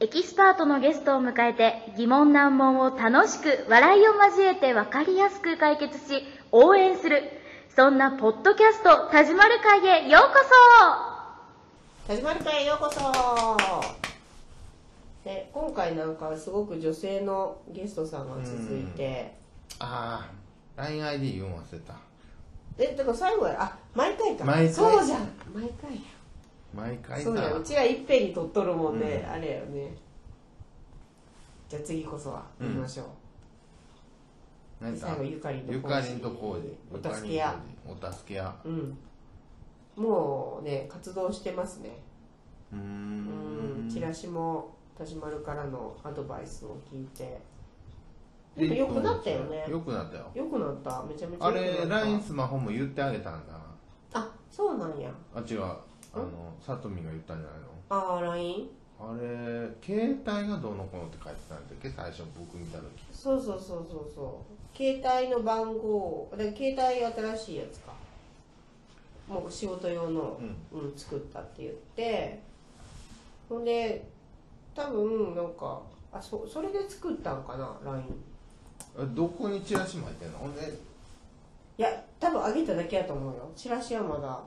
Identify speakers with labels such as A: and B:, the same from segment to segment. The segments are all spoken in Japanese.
A: エキスパートのゲストを迎えて疑問難問を楽しく笑いを交えて分かりやすく解決し応援するそんなポッドキャスト「田島る会」へようこ
B: 田島る会へようこそで今回なんかすごく女性のゲストさんが続いて、
C: ああ LINEID 言うの忘れた
B: えだから最後はあ毎回か
C: 毎回
B: そうじゃん毎回や
C: 毎回
B: そうやうちらいっぺんに撮っとるもんね、あれやよねじゃあ次こそは
C: うん
B: 見ましょう、
C: 何だ
B: 最後ゆかりんと
C: ゆかりんとこうじ
B: お助けや
C: お助けや
B: うんもうね活動してますね
C: うー
B: うんんチラシも田島るからのアドバイスを聞いてやっぱ良くなったよね
C: よくなったよ
B: よくなっためちゃめちゃ
C: あ
B: 良くなった
C: れ LINE スマホも言ってあげたんだ
B: あそうなんや
C: あ違うあのさとみんが言ったんじゃないの
B: ああ LINE
C: あれ携帯がどうのこうのって書いてたんだっけ最初僕見た時
B: そうそうそうそうそう携帯の番号だから携帯新しいやつかもう仕事用の、うん作ったって言ってほんで多分なんかあそそれで作ったんかな LINE
C: えどこにチラシ巻いてんのほんで
B: いや多分あげただけやと思うよチラシはまだ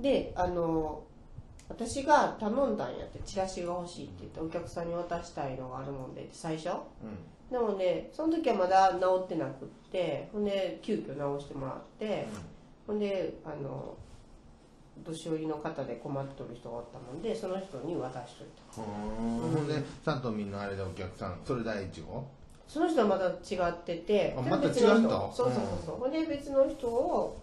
B: であの私が頼んだんやってチラシが欲しいって言ってお客さんに渡したいのがあるもんでって最初
C: う
B: でもねその時はまだ治ってなくってほんで急遽直してもらってほんであの年寄りの方で困っとる人がおったもんでその人に渡しといた
C: んうんほんでさとみんのあれでお客さんそれ第一号
B: その人はまた違ってて
C: あ
B: で
C: また違った
B: 別の人そうそうそうそうほんで別の人を、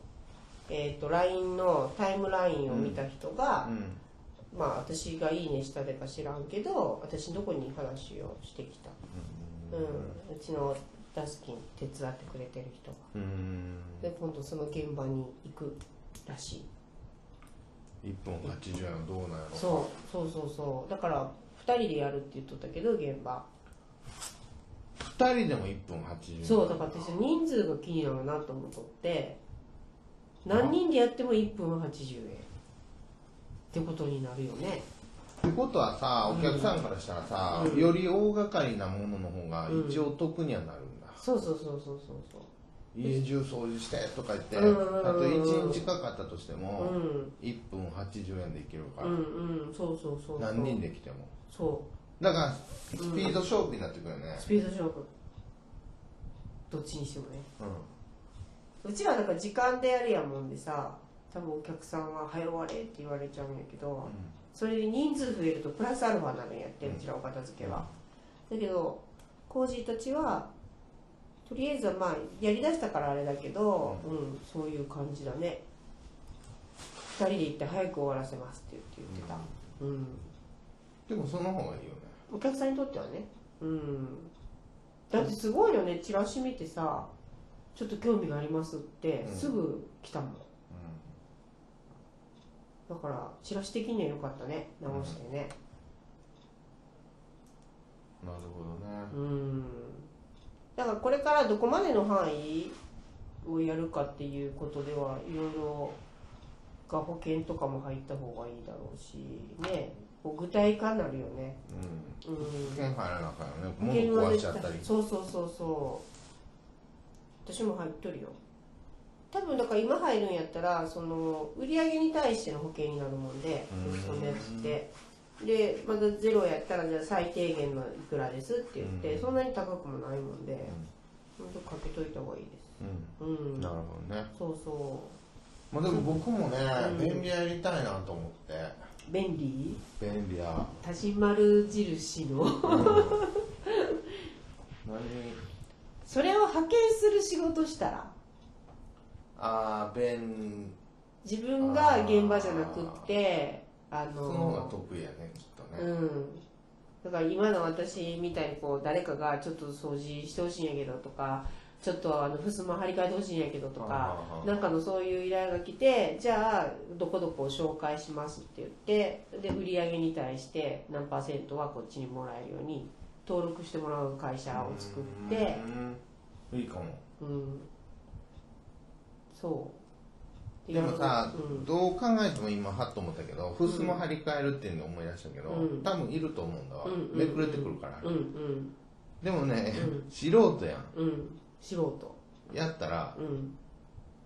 B: えー、と LINE のタイムラインを見た人が、
C: うん
B: まあ私が「いいね」したでか知らんけど私のとこに話をしてきた、うんうちのダスキン手伝ってくれてる人が
C: うーん
B: で今度その現場に行くらしい
C: 1本80円はどうなんやろ
B: そうそうそうそうだから2人でやるって言っとったけど現場
C: 2人でも1本80円
B: そうだから私人数が気になるなと思っとって何人でやっても1分80円ってことになるよね
C: ってことはさお客さんからしたらさ、
B: うん
C: より大掛かりなものの方が一応得にはなるんだ、
B: そうそうそうそうそうそう
C: 家中掃除してとか言って、
B: うんうんうんうん
C: あと1日かかったとしても、
B: うん
C: 1分80円でいけるから、
B: うんうんそうそうそうそう
C: 何人で来ても
B: そ
C: だからスピード勝負になってくるよね
B: うスピード勝負どっちにしてもねうちらなんか時間でやるやもんでさ多分お客さんは「早終われ」って言われちゃうんやけど、それで人数増えるとプラスアルファなのやってうちらお片付けは、だけどコージーたちはとりあえずはまあやりだしたからあれだけど、うんそういう感じだね2人で行って早く終わらせますって言って言ってた、うん
C: うん、でもその方がいいよね
B: お客さんにとってはねうんだってすごいよねチラシ見てさちょっと興味がありますって
C: うん
B: すぐ来たもん、だからチラシ的には良かったね直してね
C: なるほどね
B: うんだからこれからどこまでの範囲をやるかっていうことではいろいろが保険とかも入った方がいいだろうしねこう具体化になるよね
C: うん
B: うん
C: 保険入らなあかんよね
B: 保
C: 物
B: 険は
C: 壊
B: 絶
C: しちゃった
B: 対
C: り
B: そうそうそうそう私も入っとるよ多分だから今入るんやったらその売り上げに対しての保険になるもんで
C: うん
B: そのやつってでまだゼロやったらじゃあ最低限のいくらですって言って、
C: うん
B: そんなに高くもないもんで、ほんとかけといた方がいいです
C: う
B: うんん
C: なるほどね
B: そうそ
C: まあ、でも僕もね、
B: うん
C: 便利屋やりたいなと思って
B: う便利
C: 便利屋、
B: 田島る印の
C: うん、何
B: それを派遣する仕事したら
C: ああ便
B: 自分が現場じゃなくってあ
C: その方が得意やねきっとね、
B: うんだから今の私みたいにこう誰かがちょっと掃除してほしいんやけどとかちょっとあの襖張り替えてほしいんやけどと
C: は
B: か
C: あはあ
B: なんかのそういう依頼が来てじゃあどこどこを紹介しますって言ってで売り上げに対して何パーセントはこっちにもらえるように登録してもらう会社を作って
C: うんいいかも
B: うんそうってい
C: で
B: う
C: もさ、
B: うん
C: どう考えても今はっと思ったけどふすも張り替えるっていうのを思い出したけど、
B: うん
C: 多分いると思うんだわ、
B: うんうん
C: めくれてくるから、
B: うんうん
C: でもね、
B: う
C: 素人やん
B: うん素人
C: やったら
B: うん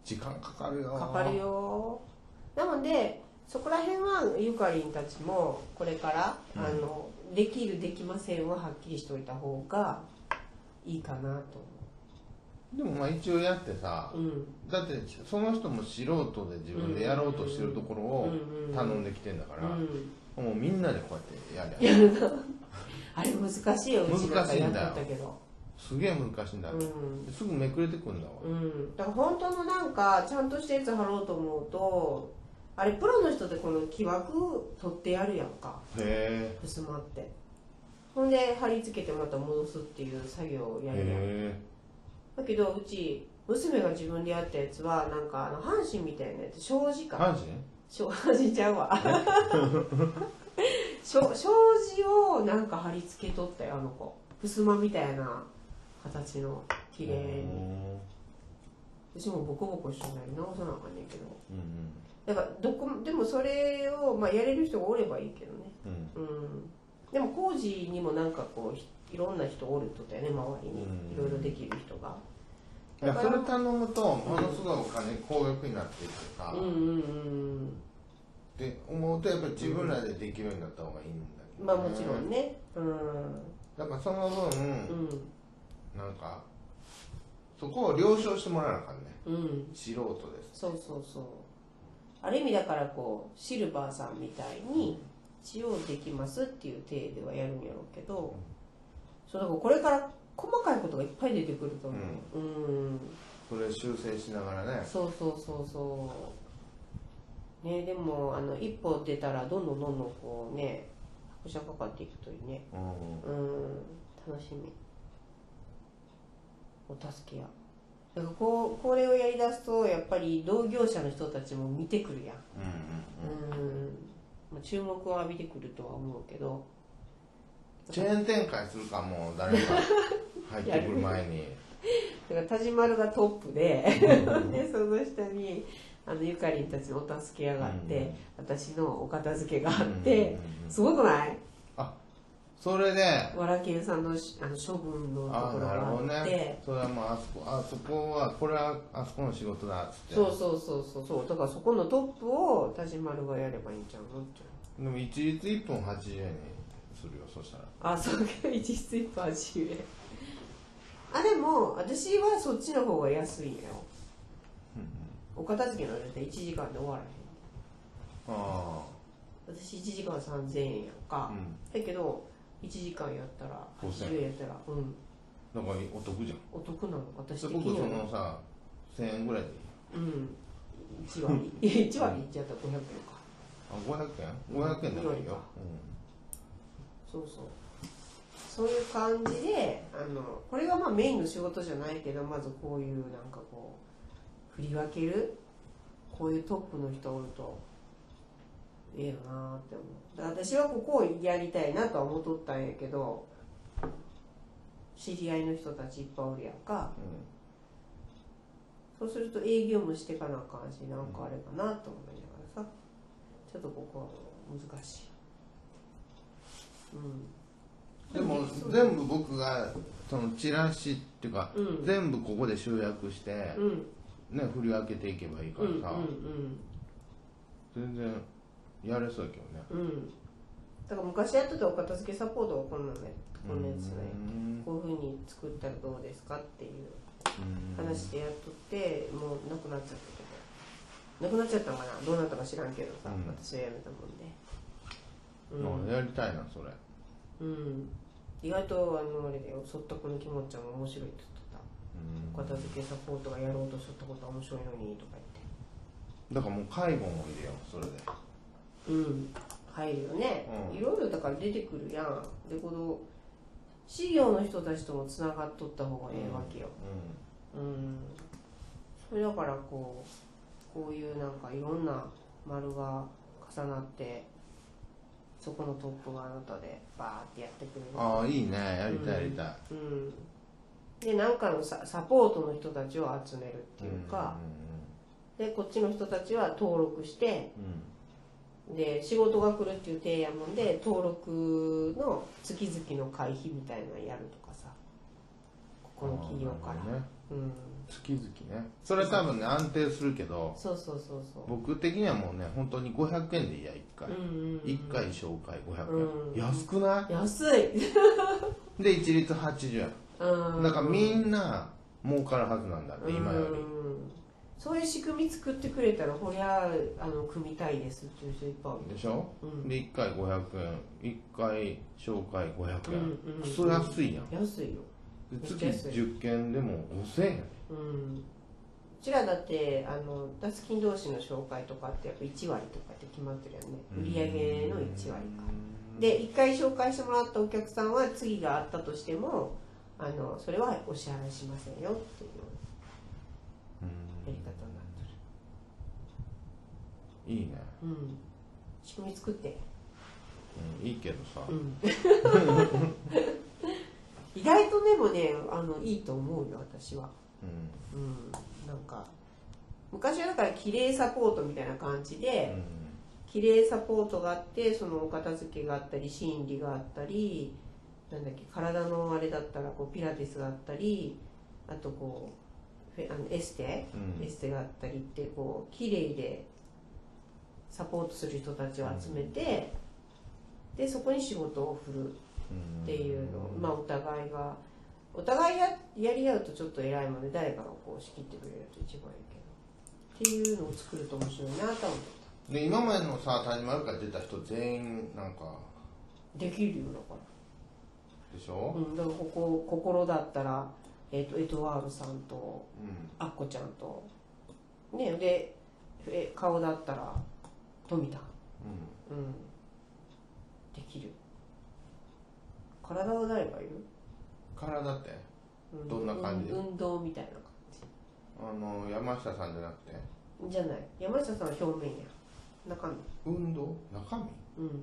C: 時間かかるよ
B: かかるよなのでそこら辺はゆかりんたちもこれから、
C: うん
B: あのできるできませんははっきりしておいた方がいいかなと
C: でもまあ一応やってさ、
B: 思う、うん、
C: だってその人も素人で自分でやろうとしてるところを
B: うんうん
C: 頼んできてんだから、
B: うん
C: もうみんなでこうやってや
B: や
C: りゃ
B: るなあれ難しいようちなん
C: 難
B: か
C: しい
B: やっ
C: ん
B: と
C: だよ
B: ったけど
C: すげえ難しいんだ、
B: う
C: すぐめくれてくんだわ、
B: うんだから本当のなんかちゃんとしたやつ貼ろうと思うとあれプロの人ってこの木枠取ってやるやんか
C: へ
B: ふすまってほんで貼り付けてまた戻すっていう作業を
C: え
B: やるやん
C: へ
B: だけどうち娘が自分でやったやつはなんかあの阪神みたいなやつ障子
C: え
B: か
C: 阪神
B: 障子ちゃう わ障障子をなんか貼り付けとったよあの子襖みたいな形の綺麗に
C: お
B: うちもボコボコしてなり直さなあかんねんけど
C: ーうん
B: だからどこでもそれを、まあ、やれる人がおればいいけどね
C: うんうん
B: うんでも工事にもなんかこうひいろんな人おるってことやね周りに
C: うん
B: いろいろできる人が
C: いやそれ頼むとものすごいお金高額になっていってさ、
B: うん
C: っ
B: うんうん
C: て思うとやっぱり自分らでできるようになった方がいいんだけど、
B: まあもちろんね。うん。
C: だからその
B: う
C: 分、
B: ん。
C: なんかそこを了承してもらわなあかんね
B: うん。
C: 素人です
B: そうそうそう。ある意味だからこう、シルバーさんみたいに、一応できますっていう体ではやるんやろうけど、そうだからこれから細かいことがいっぱい出てくると思う。うん。
C: それ修正しながらね
B: そうそうそうそう。ねでも、あの、一歩出たらどんどんどんどんこうね、拍車かかっていくといいね。
C: うん
B: うん楽しみお助けやだからこうこれをやりだすとやっぱり同業者の人たちも見てくるやん
C: うんうんうん
B: うん、まあ、注目を浴びてくるとは思うけど
C: チェーン展開するかもう誰か入ってくる前に
B: だから田島るがトップでで その下にあのゆかりんたちのお助け屋があって、私のお片付けがあって、
C: うん
B: すごくない
C: それで
B: わらけんさんのしあの処分のと
C: あ
B: こ
C: あ
B: ろ
C: なる
B: が
C: ほど
B: あって、
C: ねそれはもうあそこあそこはこれはあそこの仕事だっつって
B: そうそうそうそうそうだからそこのトップを田島るがやればいいんちゃうのって
C: でも一律1分80円にするよそしたら
B: あそうか一室一本足上あでも私はそっちの方が安いんやよお片付けの絶対1時間で終わら
C: あ
B: へん私1時間3000円やんか
C: あ、うん
B: だけど1時間やったら
C: 5000
B: 80円やったらうん
C: だからお得じゃん
B: お得なの私
C: そ
B: 的
C: れ僕
B: に
C: そ
B: は
C: のさ1000円ぐらいでいい
B: うん1割1割いっちゃったら500円か
C: あ500円500円でもいいよ、
B: そうそうそういう感じであのこれがまあメインの仕事じゃないけどまずこういうなんかこう振り分けるこういうトップの人おるとええよなって思うだから私はここをやりたいなとは思っとったんやけど知り合いの人たちいっぱいおるやんか
C: うんうん
B: そうすると営業もしてかなあかんしなんかあれかなと思いながらさちょっとここは難しいうん
C: でも全部僕がそのチラシっていうか、
B: うん
C: 全部ここで集約して、
B: うん
C: ね振り分けていけばいいか
B: う
C: ら
B: んうん
C: さ、全然やれそうだけ
B: う
C: どね
B: んうんだから昔やってたお片付けサポートはこんなのやこんなやつね
C: うん
B: こういうふうに作ったらどうですかっていう
C: うん
B: 話でやっとってもうなくなっちゃったけどなくなっちゃったのかなどうなったか知らんけどさ、
C: うん
B: 私はやめたもんで
C: うんやりたいなそれ
B: うん、うん、意外とあのあれだよそっとこのきもちゃんも面白いって言ってたお片付けサポートがやろうとしとったことは面白いのにとか
C: だからもう介護も入れようそれで
B: 言ってうん入るよね、
C: うん
B: いろいろだから出てくるやんでこの資料の人たちともつながっとった方がええわけようんそれだからこうこういうなんかいろんな丸が重なってそこのトップがあなたでバーってやってくれる
C: ああいいねやりたいやりたい、
B: うんでなんかのササポートの人たちを集めるって
C: う
B: い
C: ん
B: うか、
C: う
B: でこっちの人たちは登録してで仕事が来るっていう提案もんで登録の月々の会費みたいなのやるとかさここの企業から、
C: あーなるほど
B: う
C: ね
B: ん
C: 月々ねそれ多分ね安定するけど
B: そうそうそうそう
C: 僕的にはもうね本当に500円でいいや1回、
B: うんうんうん
C: 一1回紹介500
B: う
C: 円、
B: ん
C: 安くな
B: 安い
C: いで一律80円
B: うん
C: だからみんな儲かるはずなんだって今より
B: うんそういう仕組み作ってくれたらこりゃあの組みたいですっていう人いっぱいおる
C: でしょ、
B: うん
C: で1回500円1回紹介500円、
B: うんうん
C: クソ安いやん
B: 安いよ
C: で月
B: めっちゃ安い
C: 10件でも5000円
B: うんうちらだってあの脱金同士の紹介とかってやっぱ1割とかって決まってるよね売り上げの1割かで1回紹介してもらったお客さんは次があったとしてもあのそれはお支払いしませんよっていう
C: うん
B: やり方になって
C: いいね、
B: るうん仕組み作って
C: うん、いいけどさ、
B: うん意外とでもねあのいいと思うよ私は
C: うん
B: うんなんか昔はだから綺麗サポートみたいな感じで、綺麗サポートがあってそのお片付けがあったり心理があったりなんだっけ体のあれだったらこうピラティスがあったりあとこうフェあのエステ、
C: うん
B: エステがあったりってこう綺麗でサポートする人たちを集めて、でそこに仕事を振る
C: うん
B: っていうのを、まあ、お互いがお互いややり合うとちょっと偉いので誰かがこう仕切ってくれると一番いいけどっていうのを作ると面白いなと思って。
C: で今までのさ谷丸から出た人全員なんか
B: できるよだか
C: でし
B: ら、う
C: ょ、
B: ん、だからここ心だったら、えー、とエトワールさんと
C: うん
B: アッコちゃんとねでえ顔だったら富田うんできる体は誰がいる、
C: 体って
B: うん、
C: どんな感じ
B: 運運動みたいな感
C: あの山下さんじゃなくて
B: じじゃない山下さんは表面や中身
C: 運動中身
B: うんだ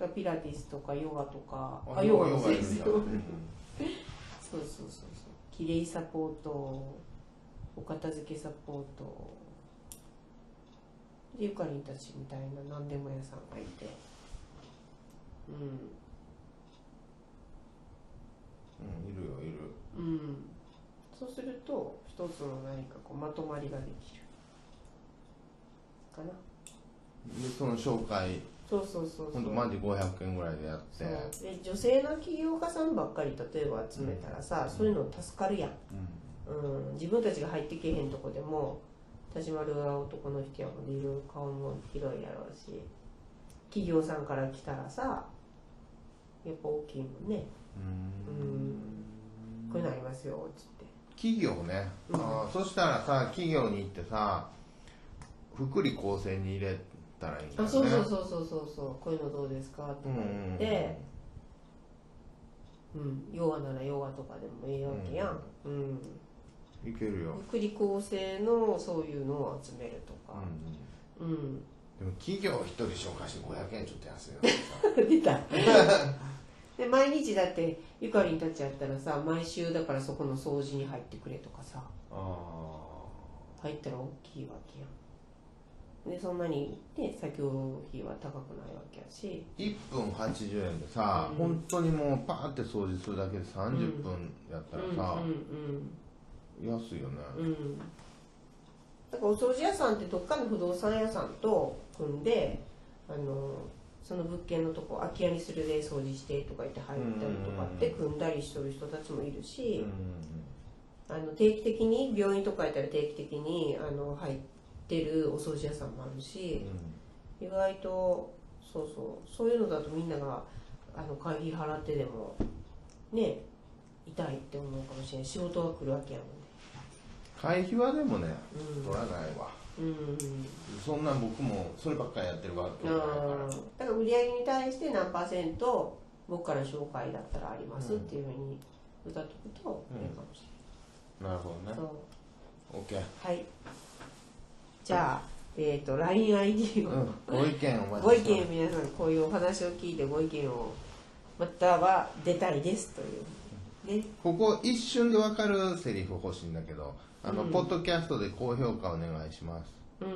B: からピラティスとかヨガとか
C: あヨガヨガいる
B: です
C: じゃん
B: よ
C: うん
B: そうそうそうそう綺麗サポートお片付けサポートでゆかりんたちみたいな何でも屋さんがいてう
C: うんいるよいる
B: んうんそうすると一つの何かこうまとまりができるかな
C: でその紹介
B: そうそうそうそう
C: ほ
B: ん
C: とマジ500円ぐらいでやっ
B: そ
C: て
B: うで女性の起業家さんばっかり例えば集めたらさ、そういうの助かるやん
C: うん
B: うん、自分たちが入ってけへんとこでも田島るは男の人やもんでいろいろ顔も広いやろうし企業さんから来たらさやっぱ大きいもんねうんこういうのありますよっつって
C: 企業ね、あーそしたらさ企業に行ってさ福利厚生に入れたらいいん
B: あ
C: だよね
B: そうそうそうそうそうそうこういうのどうですかって
C: うんうん
B: 言
C: う
B: っ
C: ん
B: て、うん、ヨガならヨガとかでもええわけやん、うん
C: いけるよ、
B: 福利厚生のそういうのを集めると
C: う
B: か、
C: ん
B: うん、
C: でも企業一人紹介して500円ちょっと安い な
B: 出たで毎日だってゆかりんたちやったらさ毎週だからそこの掃除に入ってくれとかさ
C: あ
B: 入ったら大きいわけやんでそんなにね作業費は高くないわけやし
C: 1分80円でさ、
B: うん
C: 本当にもうパーって掃除するだけで30分やった
B: う
C: ら
B: んうん
C: さ、安いよね、
B: うんうんだからお掃除屋さんってどっかの不動産屋さんと組んであのその物件のとこ空き家にするで掃除してとか言って入ったりとかって組んだりしとる人たちもいるし、あの定期的に病院とかやったら定期的にあの入ってるお掃除屋さんもあるし意外とそうそうそういうのだとみんながあの会費払ってでもね痛いって思うかもしれない仕事が来るわけや
C: 会費はで
B: もん
C: もね取
B: ね
C: らないわ
B: うんうん
C: そんなん僕もそればっかりやってるわけじゃないから
B: あーだから売り上げに対して何パーセント僕から紹介だったらありますっていうふうに歌っとくといいかもし
C: なるほ
B: れ
C: ど
B: ない、
C: ね
B: そう
C: OK
B: はいじゃあ、えー、と LINEID を、
C: うんご意見お待
B: ご
C: ち
B: 意
C: してま
B: 見皆さんこういうお話を聞いてご意見をまたは出たいですというね
C: すここ一瞬でわかるセリフ欲しいんだけどあの、
B: うん
C: ポッドキャストで高評価お願いします
B: うん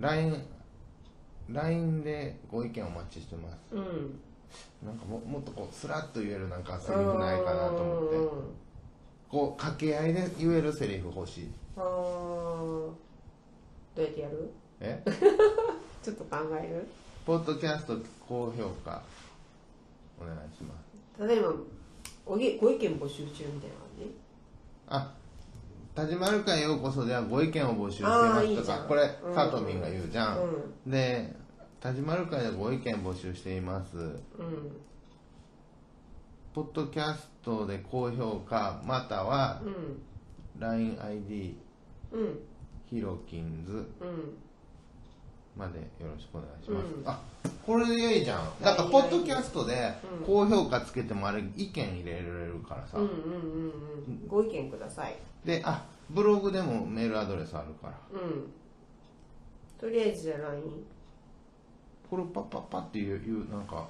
C: LINE LINE でご意見お待ちしてます
B: うん
C: なんかももっとこうスラッと言えるなんかセリフないかなと思ってこう掛け合いで言えるセリフ欲しい
B: あーどうやってやる
C: え
B: ちょっと考える
C: ポッドキャスト高評価お願いします
B: 例えばおげご意見募集中みたいなのね
C: あ田島るかようこそではご意見を募集してま
B: あーい
C: す
B: い
C: と
B: じゃ
C: か
B: ん
C: これ
B: うん
C: さとみんが言うじゃん、
B: うん
C: で田島るかでご意見募集しています
B: うん
C: ポッドキャストで高評価または
B: うん
C: LINEID
B: うん
C: ひろきんず
B: うん
C: までよろしくお願いします、
B: うん
C: あこれでいいじゃんだからポッドキャストで
B: うん
C: 高評価つけてもあれ意見入れられるからさ、
B: うんうんうんうんご意見ください
C: であブログでもメールアドレスあるから
B: うんとりあえずじゃあ LINE
C: これパッパッパっていういうなんか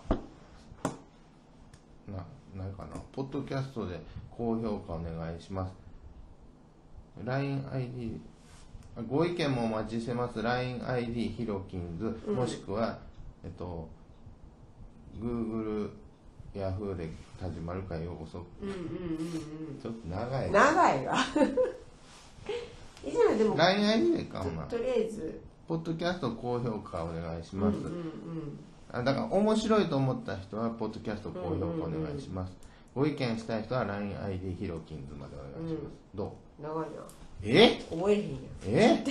C: なないかなポッドキャストで高評価お願いします LINEID ご意見もお待ちしてます LINEID ひろきんず、
B: うん
C: もしくはえっと Google ヤフーで始まるかようこそ
B: うんうんうん
C: ちょっと長
B: う
C: い
B: ん長いわいいじゃないでも
C: LINEID でかほな
B: ととりあえず
C: ポッドキャスト高評価お願いし
B: うんう
C: ま
B: ん
C: す、
B: うん
C: あだから面白いと思った人はポッドキャスト高評価お願いします、ご意見したい人は LINEID ヒロキンズまでお願いします、どう
B: 長いな
C: え
B: 覚えへんやん
C: え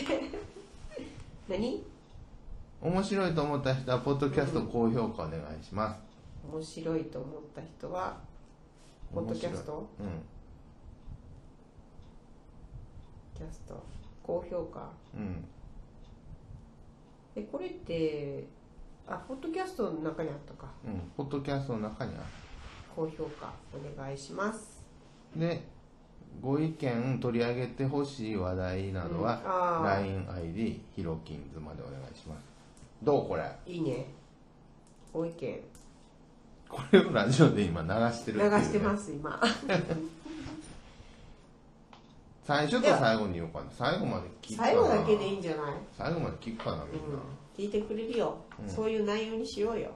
B: 何
C: 面白いと思った人はポッドキャスト高評価お願いします、
B: 面白いと思った人はポッドキャスト
C: 面
B: キャスト高評価
C: 白いうんうん
B: えこれってあポッドキャストの中にあったか
C: うんポッドキャストの中にあ
B: 高評価お願いします
C: るでご意見取り上げてほしい話題など
B: うんあ
C: は LINEID ヒロキンズまでお願いしますどうこれ
B: いいねご意見
C: これをラジオで今流してる
B: 流
C: っていうね
B: してます今
C: 最初と最後に言おうかな最後まで聞くかな
B: 最後だけでいいんじゃない、
C: 最後まで聞くかなみん
B: う
C: な、
B: ん、聞いてくれるよ、そういう内容にしようよ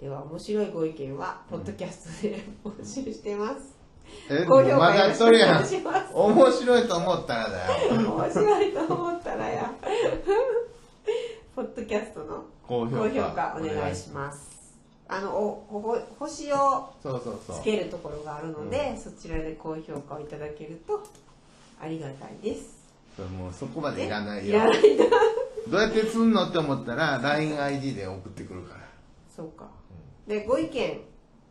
C: うん
B: では面白いご意見はポッドキャストで募集してます、
C: え
B: 高評価
C: ま
B: よ
C: だ
B: ろ
C: 一
B: しく
C: 人
B: お
C: や
B: 願い
C: ん
B: します
C: 面白いと思ったらだよ
B: 面白いと思ったらやポッドキャストの
C: 高評価
B: 高評価お願いしますあのおほほ星を
C: そうそうそう
B: つけるところがあるのでそちらで高評価をいただけるとありがたいです
C: それもうそこまでいらない
B: い
C: よ
B: らないな
C: どうやってすんのって思ったら LINEID で送ってくるから
B: そうかでご意見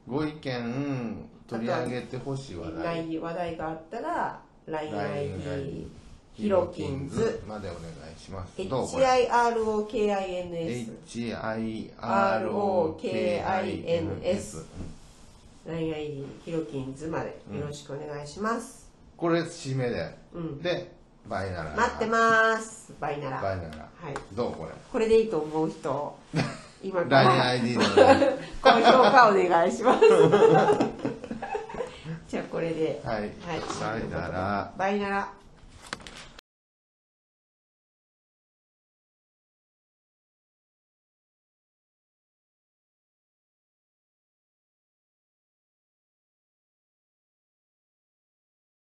C: ご意見取り上げてほしい話題
B: ない話題があったら LINEID
C: LINEID
B: ヒロキンズ
C: までお願いしますどうこれ
B: HIROKINS
C: HIROKINS うん
B: LINEID ヒロキンズまでよろしくお願いします、
C: これ締めで
B: うん、
C: でバイナラ
B: 待ってますバイなら
C: バイナラ
B: はい
C: どうこれ
B: これでいいと思う人今から
C: LINEID の
B: 高評価お願いします じゃあこれで
C: はい
B: はい
C: バイナラ
B: バイなら